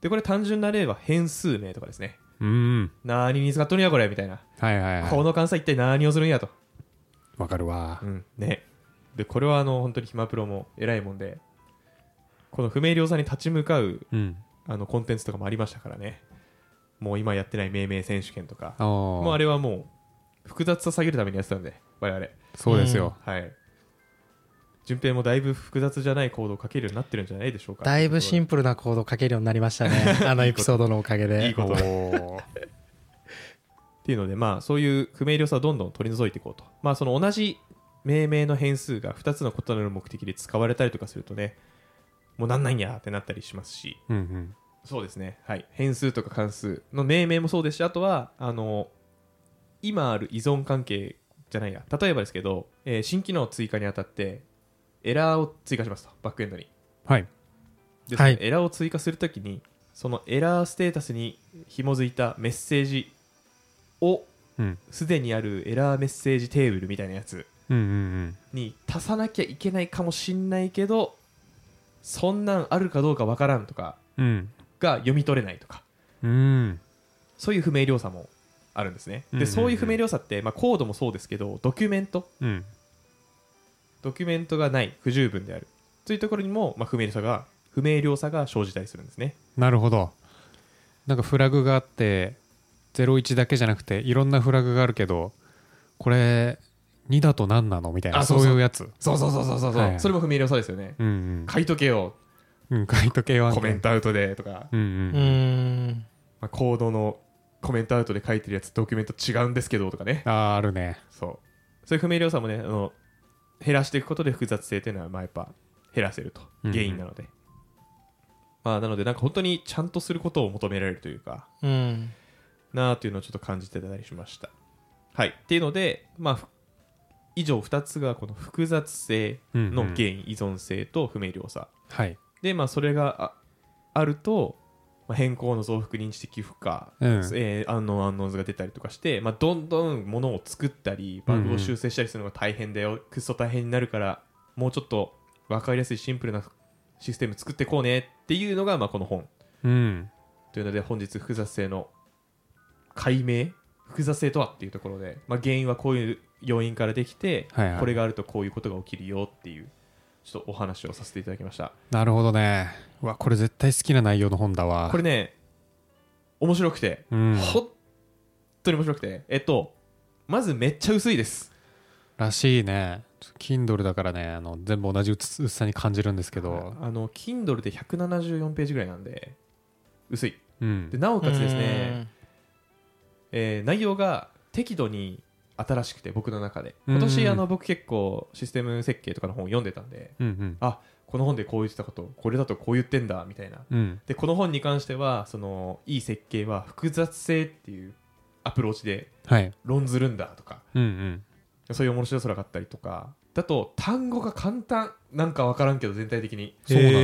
Speaker 1: でこれ単純な例は変数名とかですね
Speaker 2: うんうん
Speaker 1: 何に使っとるんやこれみたいな、
Speaker 2: はいはいは
Speaker 1: この関西一体何をするんやと、
Speaker 2: いわかるわ
Speaker 1: うん、ねでこれはあの本当に暇プロも偉いもんでこの不明瞭さに立ち向かう
Speaker 2: うん
Speaker 1: あのコンテンツとかもありましたからねもう今やってない命名選手権とか
Speaker 2: あ
Speaker 1: もうあ
Speaker 2: あ
Speaker 1: れはもう複雑さ下げるためにやってたんで我々
Speaker 2: そうですよ
Speaker 1: はい順平もだいぶ複雑じゃないコードを書けるようになってるんじゃないでしょうか
Speaker 3: だいぶシ
Speaker 1: ン
Speaker 3: ンプルなコード書けるようになりましたねあのエピソードのおかげで
Speaker 1: いいこと
Speaker 2: お
Speaker 1: だ
Speaker 2: ー
Speaker 1: っていうのでまあそういう不明瞭さをどんどん取り除いていこうとまあその同じ命名の変数が2つの異なる目的で使われたりとかするとねもうなんないんやってなったりしますし
Speaker 2: うんうん
Speaker 1: そうですねはい変数とか関数の命名もそうですしあとはあの今ある依存関係じゃないや例えばですけど、えー新機能追加にあたってエラーを追加しますとバックエンドに
Speaker 2: はい
Speaker 1: で
Speaker 3: はい
Speaker 1: エラーを追加するときにそのエラーステータスに紐づいたメッセージを
Speaker 2: うん
Speaker 1: すでにあるエラーメッセージテーブルみたいなやつ
Speaker 2: うんうん
Speaker 1: に足さなきゃいけないかもしんないけどそんなんあるかどうかわからんとか
Speaker 2: うんうん
Speaker 1: が読み取れないとか
Speaker 2: うん
Speaker 1: そういう不明瞭さもあるんですね、
Speaker 2: うんうんう
Speaker 1: で
Speaker 2: ん
Speaker 1: そういう不明瞭さって、まあ、コードもそうですけどドキュメント
Speaker 2: うん
Speaker 1: ドキュメントがない不十分であるというところにも、まあ、不明瞭さが不明瞭さが生じたりするんですね
Speaker 2: なるほどなんかフラグがあって01だけじゃなくていろんなフラグがあるけどこれ2だと何なのみたいな
Speaker 1: あそう
Speaker 2: そう
Speaker 1: そう
Speaker 2: いうやつ
Speaker 1: そうそうそうそうそうはいそれも不明瞭さですよね、
Speaker 2: うん
Speaker 1: 書いとけよ
Speaker 2: うんうん回答系は
Speaker 1: コメントアウトでとか、
Speaker 2: うん
Speaker 3: う
Speaker 2: うん
Speaker 3: ーん
Speaker 1: まあ、コードのコメントアウトで書いてるやつドキュメント違うんですけどとかね
Speaker 2: あああるね
Speaker 1: そうそういう不明瞭さもねあの減らしていくことで複雑性というのはまあやっぱ減らせると
Speaker 2: うん
Speaker 1: 原因なので、まあなのでなんか本当にちゃんとすることを求められるというか
Speaker 3: うん
Speaker 1: なあというのをちょっと感じてたりしましたはいっていうのでまあふ以上2つがこの複雑性の原因依存性と不明瞭さ
Speaker 2: はい
Speaker 1: で、まあ、それがああると、まあ、変更の増幅認知的負荷、
Speaker 2: うん
Speaker 1: えー、アンノンアンノンズが出たりとかして、まあ、どんどんものを作ったりバグを修正したりするのが大変だよ、クソ大変になるからもうちょっと分かりやすいシンプルなシステム作ってこうねっていうのが、まあ、この本
Speaker 2: うん
Speaker 1: というので本日複雑性の解明複雑性とはっていうところで、まあ、原因はこういう要因からできて、
Speaker 2: はいはい
Speaker 1: これがあるとこういうことが起きるよっていうちょっとお話をさせていただきました
Speaker 2: なるほどねうわこれ絶対好きな内容の本だわ
Speaker 1: これね面白くて、
Speaker 2: うん
Speaker 1: 本当に面白くてえっとまずめっちゃ薄いです
Speaker 2: らしいね Kindle だからねあの全部同じ薄薄さに感じるんですけど
Speaker 1: あの Kindle で174ページぐらいなんで薄いうで
Speaker 2: ん
Speaker 1: なおかつですね、えー内容が適度に新しくて僕の中で今
Speaker 2: う
Speaker 1: 年
Speaker 2: ん
Speaker 1: あの僕結構システム設計とかの本読んでたんで
Speaker 2: うんうん
Speaker 1: この本でこう言ってたことこれだとこう言ってんだみたいな
Speaker 2: うん
Speaker 1: でこの本に関してはそのいい設計は複雑性っていうアプローチで
Speaker 2: はい
Speaker 1: 論ずるんだとか
Speaker 2: うんうん
Speaker 1: そういう面白さがあったりとかだと単語が簡単なんか分からんけど全体的に
Speaker 2: そうなんだ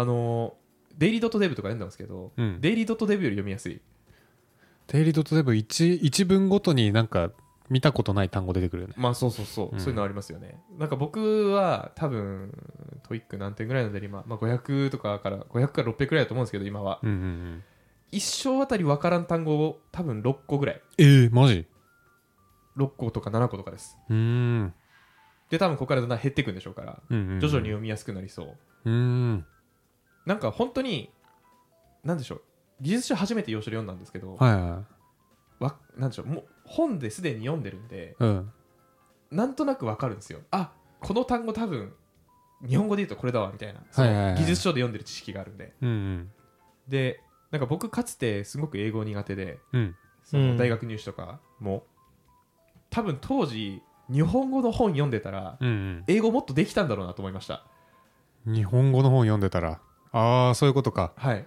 Speaker 1: あのーデイリードットデブとか読んだんですけど、
Speaker 2: うん
Speaker 1: デイリードットデブより読みやすい
Speaker 2: テイリードとデブ一一文ごとになんか見たことない単語出てくるよね
Speaker 1: まあそうそうそう、
Speaker 2: うん
Speaker 1: そういうのありますよねなんか僕は多分トイック何点ぐらいので今、まあ、500とかから500から600ぐらいだと思うんですけど今は
Speaker 2: うんうんうん
Speaker 1: 一生あたり分からん単語を多分6個ぐらい
Speaker 2: ええマジ
Speaker 1: 6個とか7個とかです
Speaker 2: うーん
Speaker 1: で多分ここからだんだん減っていくんでしょうから
Speaker 2: うんうんうん
Speaker 1: 徐々に読みやすくなりそう、
Speaker 2: うーん
Speaker 1: なんか本当になんでしょう技術書初めて要所で読んだんですけど、
Speaker 2: はいは
Speaker 1: わなんでしょうもう本ですでに読んでるんで
Speaker 2: いうん
Speaker 1: なんとなくわかるんですよあこの単語多分日本語で言うとこれだわみたいな、
Speaker 2: はいはい
Speaker 1: そ
Speaker 2: はい
Speaker 1: の技術書で読んでる知識があるんで
Speaker 2: うんうん
Speaker 1: でなんか僕かつてすごく英語苦手で
Speaker 2: うん
Speaker 1: そうの
Speaker 3: ん
Speaker 1: 大学入試とかも、多分当時日本語の本読んでたら
Speaker 2: うん
Speaker 1: 英語もっとできたんだろうなと思いました
Speaker 2: うん日本語の本読んでたらああそういうことか
Speaker 1: はい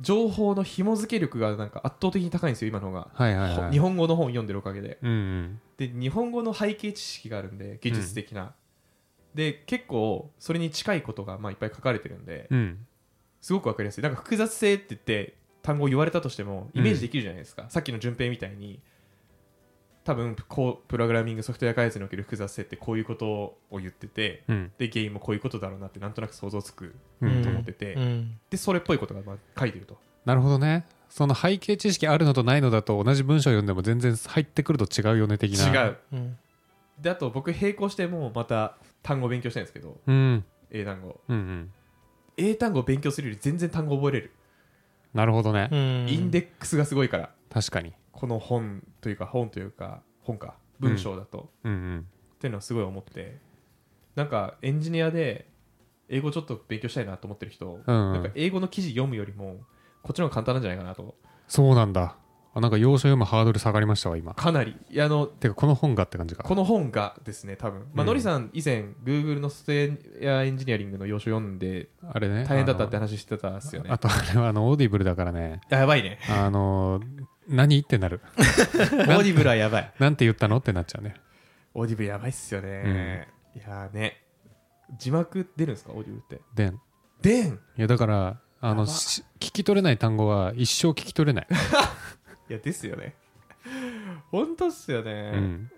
Speaker 1: 情報の紐付け力がなんか圧倒的に高いんですよ今の方が、
Speaker 2: はいはいはい
Speaker 1: 日本語の本読んでるおかげで
Speaker 2: うんうん
Speaker 1: で日本語の背景知識があるんで技術的な、で結構それに近いことがまあいっぱい書かれてるんで、
Speaker 2: うん
Speaker 1: すごくわかりやすいなんか複雑性って言って単語を言われたとしてもイメージできるじゃないですか、さっきの順平みたいに多分こうプログラミングソフトウェア開発における複雑性ってこういうことを言ってて
Speaker 2: うん
Speaker 1: で原因もこういうことだろうなってなんとなく想像つく
Speaker 2: うん
Speaker 1: と思ってて、
Speaker 3: うん
Speaker 1: でそれっぽいことがまあ書いてると
Speaker 2: なるほどねその背景知識あるのとないのだと同じ文章を読んでも全然入ってくると違うよね的な
Speaker 1: 違う
Speaker 3: うん
Speaker 1: であと僕並行してもうまた単語を勉強してるんですけど
Speaker 2: うん
Speaker 1: 英単語
Speaker 2: うんうん
Speaker 1: 英単語を勉強するより全然単語覚えれる、
Speaker 2: なるほどね
Speaker 3: うん
Speaker 1: インデックスがすごいから
Speaker 2: 確かに
Speaker 1: この本というか本というか本か文章だと、
Speaker 2: うんうん
Speaker 1: っていうのはすごい思ってなんかエンジニアで英語ちょっと勉強したいなと思ってる人、
Speaker 2: うん
Speaker 1: なんか英語の記事読むよりもこっちの方が簡単なんじゃないかなと
Speaker 2: そうなんだあなんか要所読むハードル下がりましたわ今
Speaker 1: かなりいやあの
Speaker 2: てかこの本がって感じか
Speaker 1: この本がですね多分、ま
Speaker 2: う
Speaker 1: あ
Speaker 2: ん
Speaker 1: のりさん以前 Google のソフトウェアエンジニアリングの要所読んで
Speaker 2: あれね
Speaker 1: 大変だったって話してたっすよね
Speaker 2: あとあれはあのオーディブルだからね
Speaker 1: やばいね
Speaker 2: あの何ってなる
Speaker 1: オーディブルはやばい
Speaker 2: なんて言ったのってなっちゃうね
Speaker 1: オーディブルやばいっすよね、いやーね字幕出るんですかオーディブルって
Speaker 2: でん
Speaker 1: でん
Speaker 2: いやだからあ
Speaker 1: や
Speaker 2: の
Speaker 1: ば
Speaker 2: し聞き取れない単語は一生聞き取れない、
Speaker 1: いやですよね 本当っすよね、
Speaker 2: うん、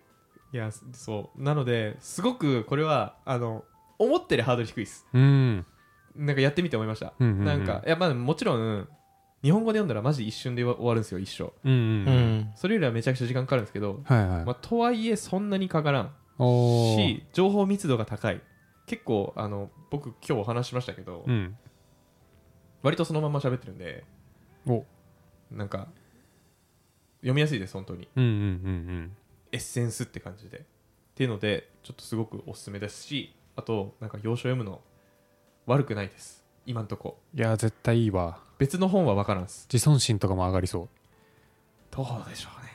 Speaker 1: いやそそうなのですごくこれはあの思ってるハードル低いです
Speaker 2: うん
Speaker 1: なんかやってみて思いました、
Speaker 2: うんうんうん
Speaker 1: なんかいやまあもちろん日本語で読んだらマジ一瞬で終わるんですよ一生
Speaker 2: うんうん
Speaker 3: う
Speaker 2: うん
Speaker 3: ん
Speaker 1: それよりはめちゃくちゃ時間かかるんですけど、
Speaker 2: はいはい、
Speaker 1: まあ、とはいえそんなにかからん
Speaker 2: おー
Speaker 1: し情報密度が高い結構あの僕今日お話ししましたけど、
Speaker 2: うん
Speaker 1: 割とそのまま喋ってるんで
Speaker 2: お
Speaker 1: なんか読みやすいです本当に
Speaker 2: うんうんうん
Speaker 1: エッセンスって感じでっていうのでちょっとすごくおすすめですしあとなんか要所読むの悪くないです今んとこ
Speaker 2: うんいや絶対いいわ
Speaker 1: 別の本は分からんっす
Speaker 2: 自尊心とかも上がりそ
Speaker 1: どうでしょうね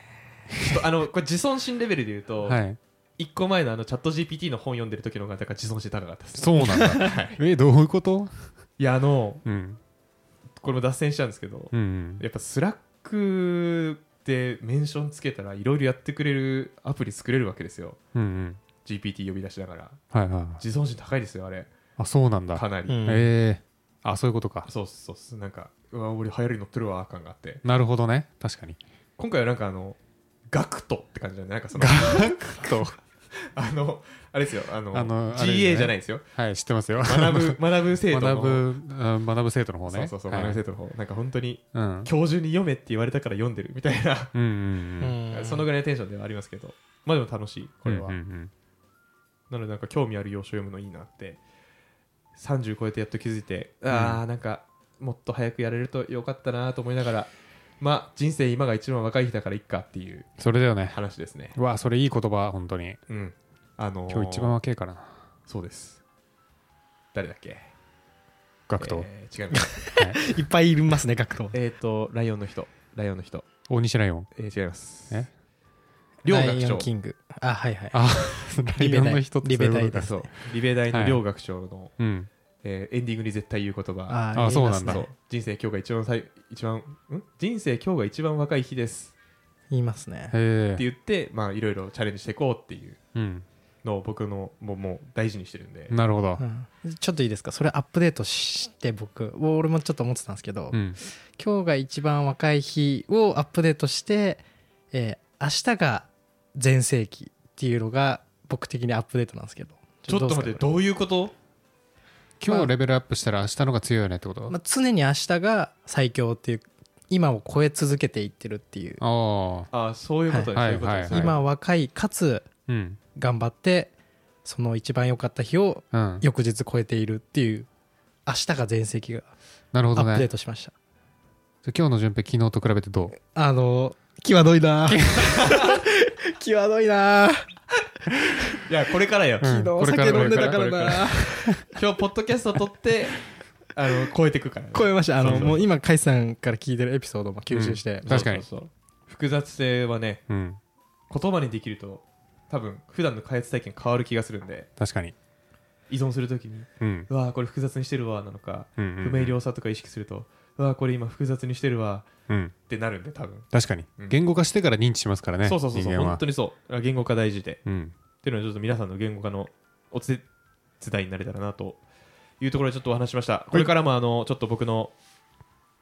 Speaker 1: ちょっとあのこれ自尊心レベルで言う
Speaker 2: う
Speaker 1: と、
Speaker 2: はい
Speaker 1: 一1個前のあのチャット GPT の本読んでる時の方がなんか自尊心高かったです
Speaker 2: そうなんだ、 えどういうこと、
Speaker 1: いやあの
Speaker 2: うん、
Speaker 1: これも脱線したんですけど、
Speaker 2: うんうん
Speaker 1: やっぱスラックでメンションつけたらいろいろやってくれるアプリ作れるわけですよ
Speaker 2: うんうん
Speaker 1: GPT 呼び出しながら
Speaker 2: はいはいはい
Speaker 1: 自尊心高いですよあれ
Speaker 2: あそうなんだ
Speaker 1: かなり、
Speaker 3: うん
Speaker 2: えあそういうことか
Speaker 1: そうっすそうっすなんかうわ俺流行りに乗ってるわ感があって
Speaker 2: なるほどね確かに
Speaker 1: 今回はなんかあのガクトって感じじゃないなんかその
Speaker 2: と
Speaker 1: あのあれですよあの
Speaker 2: あのあれですね
Speaker 1: GA じゃないですよ
Speaker 2: はい知ってますよ
Speaker 1: 学ぶ 学ぶ生徒の
Speaker 2: 学ぶうん学ぶ生徒の方
Speaker 1: そう
Speaker 2: ね
Speaker 1: そうそう
Speaker 2: はい
Speaker 1: 学ぶ生徒の方なんか本当に
Speaker 2: うん
Speaker 1: 今日中に読めって言われたから読んでるみたいな
Speaker 2: うんうんうん
Speaker 3: うん
Speaker 1: そのぐらいのテンションではありますけどまあでも楽しいこれは、
Speaker 2: うんうんうん
Speaker 1: なのでなんか興味ある要所を読むのいいなって30超えてやっと気づいてああ、なんかもっと早くやれるとよかったなと思いながらまあ人生今が一番若い日だからいっかっていう
Speaker 2: それだよね
Speaker 1: 話ですね
Speaker 2: うわそれいい言葉本当に
Speaker 1: うんあのー
Speaker 2: 今日一番若いからな
Speaker 1: そうです誰だっけ
Speaker 2: 学徒、
Speaker 1: えー違うな
Speaker 3: いっぱいいますね、学徒。
Speaker 1: えっとライオンの人ライオンの人、
Speaker 2: 大西ライオン
Speaker 1: えー違います
Speaker 2: え
Speaker 1: 両
Speaker 3: ラ
Speaker 1: 学
Speaker 3: イオ
Speaker 1: 長
Speaker 3: ンキング。あ、はいはい。
Speaker 2: あラ
Speaker 3: リ
Speaker 2: イ
Speaker 3: ベ
Speaker 2: オ
Speaker 3: 大
Speaker 2: ンの人って
Speaker 3: リベ大
Speaker 2: そういうこと
Speaker 1: あ
Speaker 2: か
Speaker 1: そうリベ大の両学長の、
Speaker 2: うん
Speaker 1: えーエンディングに絶対言う言葉
Speaker 2: あ
Speaker 3: 言います
Speaker 2: そうなんだ
Speaker 1: そう人生今日が一番最一番ん人生今日が一番若い日です
Speaker 3: 言いますね。
Speaker 2: へ
Speaker 1: って
Speaker 2: え
Speaker 1: 言ってまあいろいろチャレンジしていこうっていう
Speaker 2: うん
Speaker 1: のを僕のもうもう大事にしてるんで、
Speaker 2: なるほど
Speaker 3: うんちょっといいですかそれアップデートして僕俺もちょっと思ってたんですけど、
Speaker 2: うん
Speaker 3: 今日が一番若い日をアップデートして、えー明日が全盛期っていうのが僕的にアップデートなんですけど
Speaker 1: ちょっと待って
Speaker 3: どうすかこ
Speaker 1: どういうこと
Speaker 2: 今日レベルアップしたら明日のが強いよねってこと
Speaker 3: れまあ、常に明日が最強っていう今を超え続けていってるっていう、
Speaker 2: ああ
Speaker 1: ああそういうことね、
Speaker 2: は
Speaker 1: そ
Speaker 2: い
Speaker 1: ういうことです、
Speaker 2: はい
Speaker 3: 今若いかつ
Speaker 2: うん
Speaker 3: 頑張ってその一番良かった日を
Speaker 2: うん
Speaker 3: 翌日超えているっていう明日が全盛期が
Speaker 2: なる
Speaker 3: ア
Speaker 2: ほど
Speaker 3: ップデー
Speaker 2: ね
Speaker 3: トしました、
Speaker 2: 今日の順平昨日と比べてどう
Speaker 3: あの際どいな 際どいない
Speaker 1: やこれからよ、
Speaker 2: うん
Speaker 3: 昨
Speaker 2: こ
Speaker 3: 日
Speaker 2: れから
Speaker 3: 酒飲んでた
Speaker 1: こ
Speaker 3: か
Speaker 1: れ
Speaker 3: ら
Speaker 1: から
Speaker 3: な
Speaker 1: 今日ポッドキャスト撮って あの超えていくから、ね、
Speaker 3: 超えましたあ
Speaker 1: そ
Speaker 3: の
Speaker 1: うそう
Speaker 3: もう今甲斐さんから聞いてるエピソードも吸収して、
Speaker 2: 確かに
Speaker 1: そうそうそう複雑性はね
Speaker 2: うん
Speaker 1: 言葉にできると多分普段の開発体験変わる気がするんで
Speaker 2: 確かに
Speaker 1: 依存するときに
Speaker 2: うん
Speaker 1: うわーこれ複雑にしてるわなのか
Speaker 2: うんうん
Speaker 1: 不明瞭さとか意識するとうわーこれ今複雑にしてるわ
Speaker 2: うん
Speaker 1: ってなるんで多分、
Speaker 2: 確かに
Speaker 1: うん
Speaker 2: 言語化してから認知しますからね
Speaker 1: そうそうそうそう
Speaker 2: 人間
Speaker 1: 本
Speaker 2: は
Speaker 1: 当にそう言語化大事で
Speaker 2: うん
Speaker 1: っていうのはちょっと皆さんの言語化のお手伝いになれたらなというところでちょっとお話ししましたこれからもあのちょっと僕の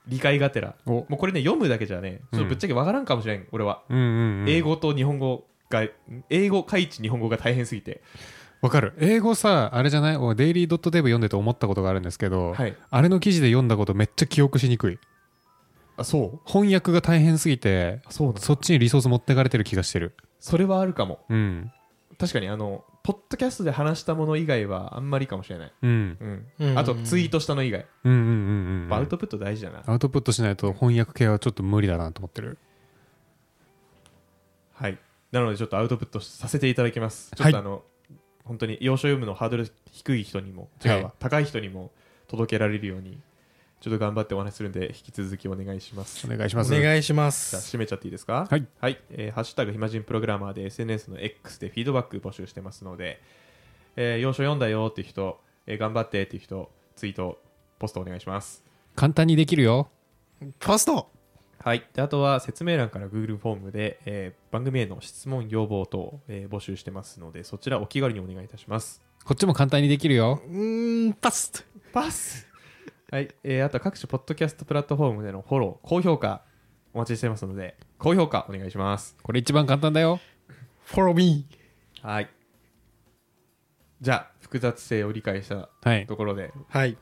Speaker 1: 理解がてら
Speaker 2: お
Speaker 1: もうこれね読むだけじゃねちょっとぶっちゃけわからんかもしれん、俺は、
Speaker 2: うんうんうん
Speaker 1: 英語と日本語がん英語開一日本語が大変すぎて
Speaker 2: わかる英語さあれじゃない俺デイリー・ドット・デブ読んでて思ったことがあるんですけど、
Speaker 1: はい
Speaker 2: あれの記事で読んだことめっちゃ記憶しにくい
Speaker 1: あそう
Speaker 2: 翻訳が大変すぎて
Speaker 1: そうなんだ
Speaker 2: そっちにリソース持ってかれてる気がしてる
Speaker 1: それはあるかも
Speaker 2: うん
Speaker 1: 確かにあのポッドキャストで話したもの以外はあんまりかもしれない、
Speaker 2: うん
Speaker 1: うん
Speaker 3: うん
Speaker 1: あとツイートしたの以外、
Speaker 2: うんうんうんうん
Speaker 1: アウトプット大事だな、
Speaker 2: アウトプットしないと翻訳系はちょっと無理だなと思ってる
Speaker 1: はいなのでちょっとアウトプットさせていただきますち
Speaker 2: は
Speaker 1: ょ
Speaker 2: い
Speaker 1: っとあの、本当に要所読むのハードル低い人にも違うわ、
Speaker 2: はい
Speaker 1: 高い人にも届けられるようにちょっと頑張ってお話しするんで引き続きお願いします
Speaker 2: お願いし
Speaker 3: お
Speaker 2: ます
Speaker 3: 願いしま
Speaker 1: じゃあ
Speaker 3: す
Speaker 1: 締めちゃっていいですか
Speaker 2: はい、
Speaker 1: えーハッシュタグ暇人プログラマーで SNS の X でフィードバック募集してますので、えー、要所読んだよっていう人、えー頑張ってっていう人ツイートポストお願いします
Speaker 2: 簡単にできるよ
Speaker 3: ポスト
Speaker 1: はい、であとは説明欄から Google フォームで、えー番組への質問要望等、えー募集してますのでそちらお気軽にお願いいたします
Speaker 2: こっちも簡単にできるよ
Speaker 3: うーんパス
Speaker 1: パスはい、えーあとは各種ポッドキャストプラットフォームでのフォロー高評価お待ちしてますので高評価お願いします
Speaker 2: これ一番簡単だよ
Speaker 3: フォローミー
Speaker 1: はいじゃあ複雑性を理解した
Speaker 2: はい
Speaker 1: ところで
Speaker 3: はい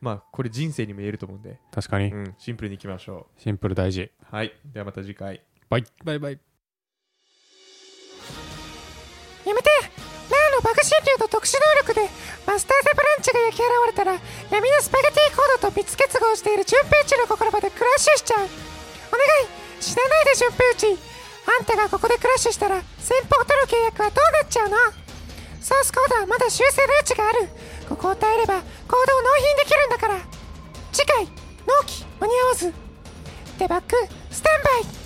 Speaker 1: まあこれ人生にも言えると思うんで、
Speaker 2: 確かに
Speaker 1: うん、シンプルにいきましょ
Speaker 2: シンプル大事
Speaker 1: うはいではまた次回
Speaker 2: バイ
Speaker 3: バイバイ
Speaker 4: やめてラーのバグ神流の特殊能力でマスター・ザ・ブランチが焼き現れたら闇のスパゲティコードと密結合している純平地の心までクラッシュしちゃうお願い死なないで純平地あんたがここでクラッシュしたら先方との契約はどうなっちゃうのソースコードはまだ修正の余地があるここを耐えればコードを納品できるんだから次回納期間に合わずデバッグスタンバイ